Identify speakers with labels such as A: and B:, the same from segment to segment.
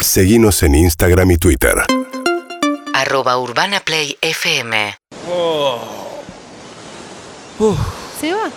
A: Seguimos en Instagram y Twitter.
B: Arroba Urbana Play FM.
C: ¿Se va?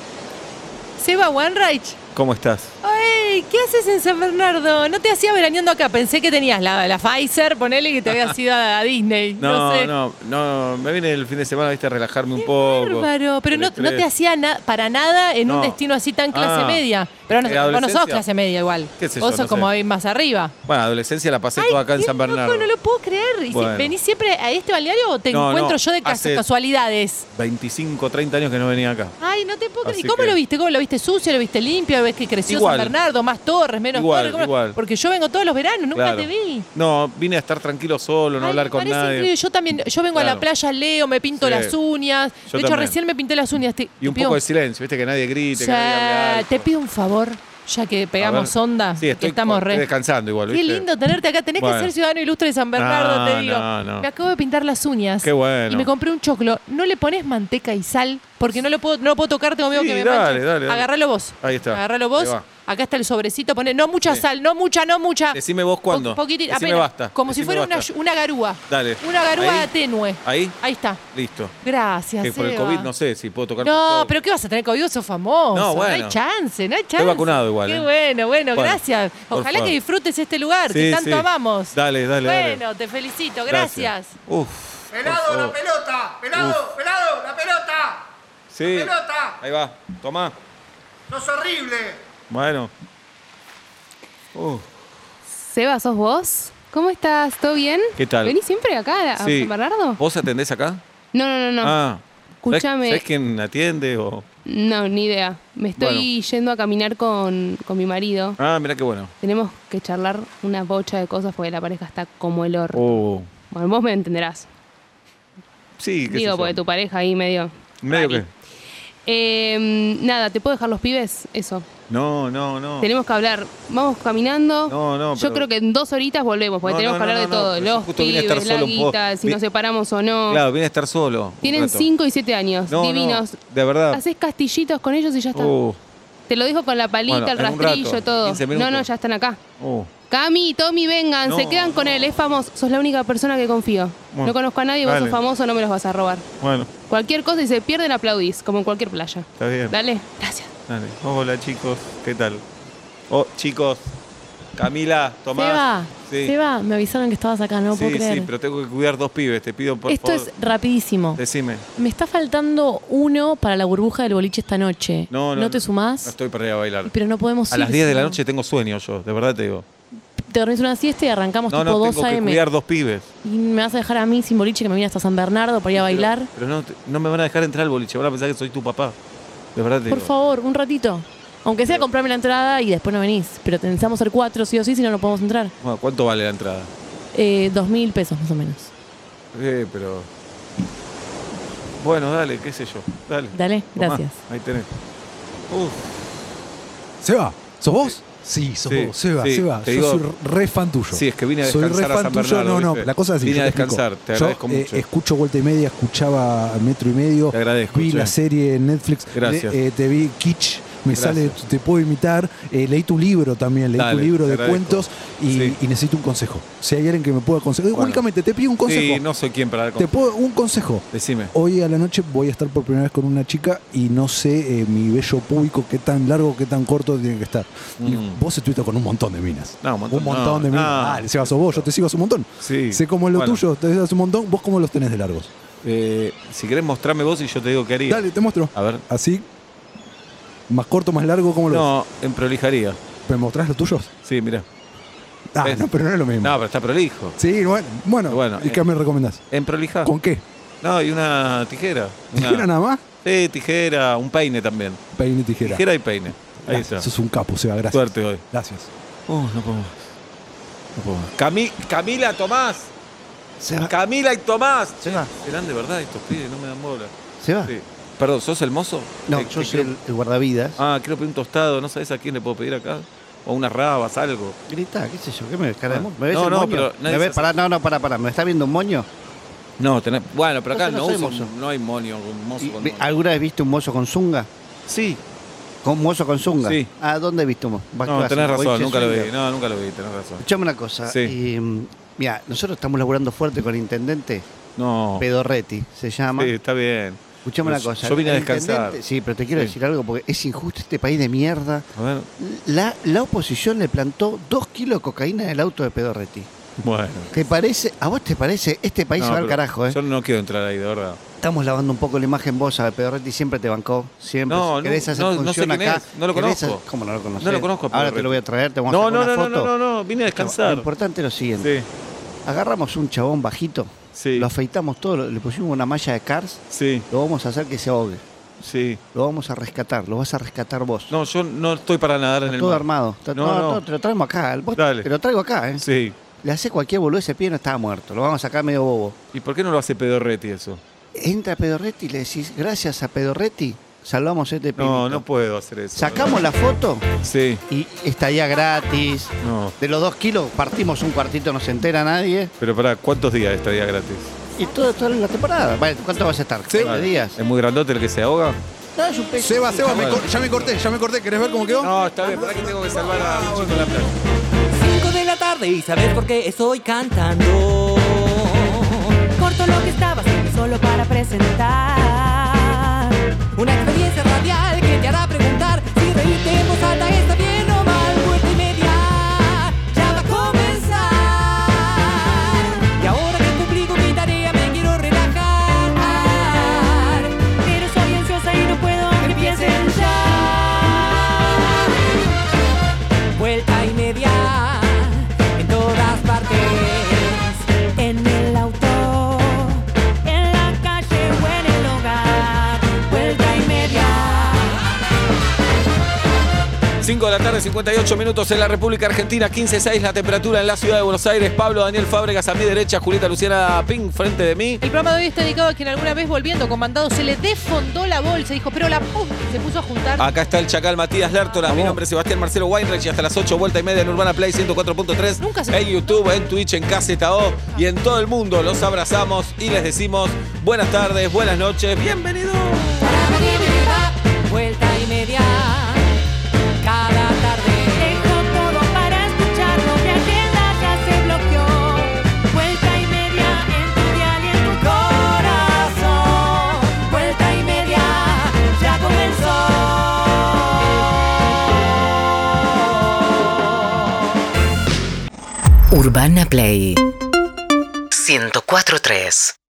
C: ¿Se va Wanreich?
D: ¿Cómo estás?
C: ¡Ay! ¿Qué haces en San Bernardo? No te hacía veraneando acá. Pensé que tenías la, la Pfizer, ponele que te habías ido a, a Disney. No,
D: No,
C: sé.
D: no, no, me vine el fin de semana, viste, a relajarme un poco.
C: Bárbaro, pero
D: El
C: no, no
D: estrés.
C: te hacía na- para nada en un
D: No.
C: destino así tan clase
D: Ah.
C: media. Pero no,
D: ¿En
C: vos no sos
D: adolescencia?
C: clase media igual.
D: ¿Qué sé yo?
C: vos sos
D: No sé.
C: como ahí más arriba.
D: Bueno, adolescencia la pasé toda acá en
C: qué
D: San
C: loco,
D: Bernardo.
C: no lo puedo creer. ¿Y si
D: Bueno.
C: ¿Venís siempre a este balneario o te
D: No,
C: encuentro
D: no,
C: yo de cas-
D: hace-
C: casualidades?
D: 25, 30 años que no venía acá.
C: Ay, no te puedo creer. ¿Y
D: Así
C: cómo
D: que-
C: lo viste? ¿Cómo lo viste sucio? ¿Lo viste limpio? ¿Lo ves que creció
D: Igual.
C: San Bernardo? ¿Más torres, menos
D: Igual,
C: torres? ¿Cómo-
D: igual.
C: Porque yo vengo todos los veranos, nunca
D: Claro.
C: te vi.
D: No, vine a estar tranquilo solo, no
C: Ay,
D: hablar
C: me
D: con
C: parece
D: nadie.
C: increíble. Yo también, yo vengo a la
D: Claro.
C: playa, leo, me pinto
D: Sí.
C: las uñas.
D: Yo
C: de hecho,
D: también.
C: recién me pinté las uñas. Te,
D: Y un
C: te pido-
D: poco de silencio, viste, que nadie grite,
C: Sí,
D: que nadie hable alto.
C: te pido un favor, ya que pegamos
D: A ver.
C: onda,
D: Sí,
C: que
D: estoy,
C: estamos
D: estoy
C: re.
D: descansando igual,
C: Qué
D: viste.
C: lindo tenerte acá. Tenés
D: Bueno.
C: que ser ciudadano ilustre de San Bernardo, te
D: No,
C: digo.
D: no, no.
C: Me acabo de pintar las uñas.
D: Qué bueno.
C: Y me compré un choclo. No le pones manteca y sal, porque no lo puedo, no lo puedo tocar, tengo miedo
D: Sí,
C: que me
D: dale,
C: manche.
D: dale, dale.
C: Agarralo vos.
D: Ahí está.
C: Agarralo vos.
D: Ahí va.
C: Acá está el sobrecito. Poné, no mucha sal, no mucha, no mucha.
D: Decime vos cuándo.
C: Po- poquitín,
D: Decime
C: apenas.
D: basta.
C: Como si
D: Decime
C: fuera
D: basta.
C: una, yu- una garúa.
D: Dale.
C: Una garúa
D: Ahí.
C: tenue.
D: Ahí,
C: Ahí está.
D: listo.
C: Gracias.
D: Que por el
C: Eva.
D: COVID no sé si puedo tocar.
C: Ah. No,
D: todo.
C: pero ¿qué vas a tener COVID? Sos famoso.
D: No,
C: No, hay
D: bueno.
C: chance, no hay chance.
D: vacunado igual,
C: Qué
D: ¿eh?
C: bueno, bueno,
D: Bueno,
C: gracias.
D: por
C: Ojalá
D: favor.
C: que disfrutes este lugar
D: Sí,
C: que tanto
D: sí.
C: amamos.
D: Dale, dale, dale.
C: bueno, te felicito, gracias.
D: Uf.
E: ¡Pelado,
D: por
E: la
D: favor.
E: pelota! ¡Pelado, pelado, la pelota!
D: Sí.
E: la pelota.
D: Ahí va. Tomá.
E: ¡Sos horrible!
D: Bueno. Uf.
F: Seba, ¿sos vos? ¿Cómo estás? ¿Todo bien?
D: ¿Qué tal?
F: ¿Venís siempre acá a
D: Sí.
F: San Bernardo?
D: ¿Vos atendés acá?
F: No, no, no, no.
D: Ah.
F: Escúchame.
D: ¿Sabés quién atiende o.?
F: No, ni idea. Me estoy
D: Bueno.
F: yendo a caminar con, con mi marido.
D: Ah, mirá qué bueno.
F: Tenemos que charlar una bocha de cosas porque la pareja está como el horno.
D: Oh.
F: Bueno, vos me entenderás.
D: Sí, qué sé
F: Digo,
D: yo.
F: porque tu pareja ahí medio.
D: Medio que.
F: Eh, nada, ¿te puedo dejar los pibes? Eso.
D: No, no, no.
F: Tenemos que hablar. Vamos caminando.
D: No, no,
F: Yo
D: pero-
F: creo que en dos horitas volvemos porque
D: No,
F: tenemos
D: no,
F: que
D: no,
F: hablar
D: no,
F: de todo.
D: pero yo
F: Los
D: justo vine a estar
F: pibes, la
D: solo un po-
F: guita, si
D: Vi-
F: nos separamos o no.
D: Claro, viene a estar solo. un
F: Tienen
D: rato.
F: 5 y 7 años,
D: No, Ah. no,
F: divinos.
D: de verdad.
F: Haces castillitos con ellos y ya está.
D: Oh,
F: Te lo dejo con la palita,
D: Bueno,
F: el
D: en un
F: rastrillo,
D: rato,
F: todo.
D: 15
F: No,
D: minutos.
F: no, ya están acá.
D: oh.
F: Cami y Tommy, vengan, se
D: No,
F: quedan con él, es famoso. Sos la única persona que confío.
D: Bueno,
F: no conozco a nadie, vos
D: dale.
F: sos famoso, no me los vas a robar.
D: Bueno,
F: Cualquier cosa y se pierden, aplaudís, como en cualquier playa.
D: está bien.
F: Dale, gracias.
D: Dale. Hola chicos, ¿qué tal? Oh, chicos. Camila, Tomás.
C: Seba,
D: Sí.
C: Seba, me avisaron que estabas acá, no lo
D: sí,
C: puedo creer.
D: sí, pero tengo que cuidar dos pibes, te pido por
C: Esto
D: favor.
C: es rapidísimo.
D: Decime.
C: Me está faltando uno para la burbuja del boliche esta noche.
D: No, no.
C: te sumás?
D: No estoy para ir a bailar.
C: Pero no podemos
D: a
C: ir,
D: las 10 de la
C: Seba.
D: noche tengo sueño yo, de verdad te digo.
C: Te dormís una siesta y arrancamos
D: No,
C: tipo
D: no,
C: 2
D: tengo que
C: a.m.
D: cuidar dos pibes.
C: Y me vas a dejar a mí sin boliche que me vine hasta San Bernardo para ir a bailar.
D: Pero, pero no, te- no me van a dejar entrar al boliche, van a pensar que soy tu papá. De verdad te
C: Por
D: digo.
C: favor, un ratito. Aunque sea
D: Pero-
C: comprarme la entrada y después no venís. Pero pensamos ser cuatro, sí o sí, si no, no podemos entrar.
D: Bueno, ¿Cuánto vale la entrada?
C: Eh, dos mil pesos más o menos.
D: Eh, pero. Bueno, dale, qué sé yo. Dale.
C: Dale,
D: Tomá,
C: gracias.
D: Ahí tenés. Uf,
G: Seba, ¿sos vos? Sí, sos
D: Eh, Sí,
G: vos. Seba,
D: sí,
G: Seba,
D: te
G: yo
D: digo-
G: soy re fan tuyo.
D: Sí, es que vine a
G: Soy
D: descansar
G: re
D: a
G: fan
D: San
G: tuyo.
D: Bernardo,
G: no, no,
D: ¿viste?
G: la cosa es así.
D: Vine
G: yo
D: a
G: te explico.
D: descansar, te
G: Yo,
D: agradezco
G: eh,
D: mucho.
G: escucho vuelta y media, escuchaba metro y medio.
D: Te agradezco,
G: Vi
D: che.
G: la serie en Netflix.
D: Gracias.
G: le- eh, te vi Kitsch. Me
D: Gracias.
G: sale, te puedo imitar. Eh, leí tu libro también, leí
D: Dale,
G: tu libro
D: te
G: de
D: agradezco.
G: cuentos y,
D: Sí.
G: y necesito un consejo. Si hay alguien que me pueda aconsejar, únicamente te pido un consejo.
D: Sí, no soy quien para dar
G: Te
D: consejos.
G: puedo un consejo.
D: Decime.
G: Hoy a la noche voy a estar por primera vez con una chica y no sé eh, mi vello público qué tan largo, qué tan corto tiene que estar. Y
D: Mm.
G: Vos estuviste con un montón de minas.
D: No, un montón no,
G: de minas.
D: no.
G: Ah, le sigas a vos, yo te sigo hace un montón.
D: Sí.
G: Sé cómo es lo
D: Bueno.
G: tuyo, te sigo hace un montón. ¿Vos cómo los tenés de largos?
D: Eh, si querés mostrarme vos y yo te digo qué haría.
G: Dale, te muestro.
D: A ver.
G: Así, más corto, más largo, ¿cómo lo ves?
D: No, en prolijaría.
G: ¿Me mostrás los tuyos?
D: Sí, mirá.
G: Ah,
D: Es-
G: no, pero no es lo mismo.
D: No, pero está prolijo.
G: Sí, bueno, bueno,
D: Bueno,
G: ¿y qué
D: eh. Ah.
G: me recomendás?
D: En prolija.
G: ¿Con qué?
D: No, y una tijera. Una-
G: ¿Tijera nada más?
D: Sí, tijera, un peine también.
G: Peine y tijera.
D: Tijera y peine. Ahí
G: Ah,
D: está.
G: Sos un capo, Seba, gracias.
D: Suerte hoy.
G: Gracias.
D: Uh, no puedo más. No puedo más. Cami- Camila, Tomás.
G: Ah.
H: Seba,
D: Camila y Tomás.
H: Seba,
D: Serán de verdad estos pibes, no me dan bola.
G: Ah.
H: Seba.
D: Sí. Perdón, ¿sos el mozo?
H: No,
D: Eh,
H: yo
D: que
H: soy
D: quiero-
H: el, el guardavidas.
D: Ah, quiero pedir un tostado, ¿no sabés a quién le puedo pedir acá? O unas rabas, algo.
H: Grita, qué sé yo, ¿qué me cara de
D: Ah.
H: moño? ¿Me ves
D: No,
H: el
D: no,
H: moño?
D: pero nadie
H: ¿Me ves?
D: se-
H: Pará, no, no, pará, pará. ¿Me está viendo un moño?
D: No, tenés... Bueno, pero acá
H: Entonces
D: no,
H: no soy
D: usan-
H: mozo.
D: no hay moño, un mozo
H: ¿Y
D: con
H: vi-
D: moño.
H: ¿Alguna vez viste un mozo con zunga?
D: Sí.
H: Con mozo con zunga.
D: Sí.
H: ¿A dónde he visto mo-
D: No,
H: Backlash?
D: tenés
H: Hoy
D: razón,
H: se
D: nunca lo
H: zunga.
D: vi. No, nunca lo vi, tenés razón.
H: Escuchame una cosa.
D: Sí.
H: mira, nosotros estamos laburando fuerte con el intendente
D: No.
H: Pedorretti, se llama.
D: Sí, está bien.
H: Escuchame una
D: Yo-
H: cosa.
D: yo vine a
H: el intendente-
D: descansar.
H: Sí, pero te quiero
D: Sí.
H: decir algo porque es injusto este país de mierda.
D: A ver.
H: La, la oposición le plantó dos kilos de cocaína en el auto de Pedorretti.
D: Bueno.
H: ¿Te parece? ¿A vos te parece? Este país
D: No,
H: se va al
D: pero
H: carajo, ¿eh?
D: Yo no quiero entrar ahí, de verdad.
H: Estamos lavando un poco la imagen vos, a Pedorretti siempre te bancó. Siempre.
D: No,
H: si querés
D: no,
H: hacer
D: no, no sé
H: función
D: quién
H: acá.
D: es, no lo
H: querés
D: conozco.
H: hacer- ¿Cómo no lo conocés?
D: No lo conozco a
H: Ahora te
D: Pedorretti.
H: lo voy a traer, te vamos a
D: No,
H: sacar
D: no,
H: una
D: no, no, no,
H: foto.
D: no, vine a
H: Lo
D: descansar.
H: importante es lo siguiente.
D: Sí,
H: Agarramos un chabón bajito,
D: sí,
H: lo afeitamos todo, lo- le pusimos una malla de Cars,
D: sí,
H: lo vamos a hacer que se ahogue.
D: sí.
H: Lo vamos a rescatar, lo vas a rescatar vos.
D: No, yo no estoy para nadar en
H: Está
D: el
H: todo
D: mar.
H: armado. Está-
D: No,
H: no,
D: no.
H: todo- te lo traemos acá. vos-
D: Dale.
H: Te lo traigo acá, ¿eh?
D: Sí.
H: Le hace cualquier boludo, ese pibe no estaba muerto. Lo vamos a sacar medio bobo.
D: ¿Y por qué no lo hace Pedorretti eso?
H: Entra Pedorretti y le decís, gracias a Pedorretti, salvamos este pibe.
D: No, no puedo hacer eso.
H: Sacamos la foto
D: Sí,
H: y estaría gratis.
D: no.
H: De los dos kilos partimos un cuartito, no se entera nadie.
D: Pero para ¿cuántos días estaría gratis?
H: Y todo, toda la temporada. Vale, ¿Cuánto vas a estar? ¿Veinte
D: Ah,
H: días?
D: ¿Es muy grandote el que se ahoga?
H: No, es un peso.
G: Seba, Seba, me cor- ya me corté, ya me corté. ¿Querés ver cómo quedó?
D: No, está bien, para que tengo que salvar a un chico en la playa.
I: 5 de la tarde y saber por qué estoy cantando. Corto lo que estaba haciendo solo para presentar una experiencia radial que te hará preguntar si reírte en voz alta está bien o mal. Vuelta y media ya va a comenzar. Y ahora que cumplí con mi tarea me quiero relajar. Pero soy ansiosa y no puedo que empiecen ya vuelta y media en todas partes, en el auto, en la calle o en el hogar, vuelta y media.
D: 5 de la tarde, 58 minutos en la República Argentina, 15.6 la temperatura en la ciudad de Buenos Aires. Pablo Daniel Fábregas a mi derecha, Julieta Luciana Pink frente de mí.
C: El programa de hoy está dedicado a quien alguna vez volviendo con mandado se le desfondó la bolsa. Dijo, pero la puta. Se puso a juntar.
D: Acá está el Chacal Matías Lertora, mi
G: Vamos.
D: nombre es Sebastián Marcelo Weinreich y hasta las 8 vuelta y media en Urbana Play 104.3.
C: Nunca se-
D: En YouTube, en Twitch, en KZO y en todo el mundo los abrazamos y les decimos buenas tardes, buenas noches, bienvenidos.
I: Vuelta y media cada tarde. Dejo todo para escuchar lo que agenda ya se bloqueó. Vuelta y media en tu dial y en tu corazón. Vuelta y media ya comenzó.
B: Urbana Play 104.3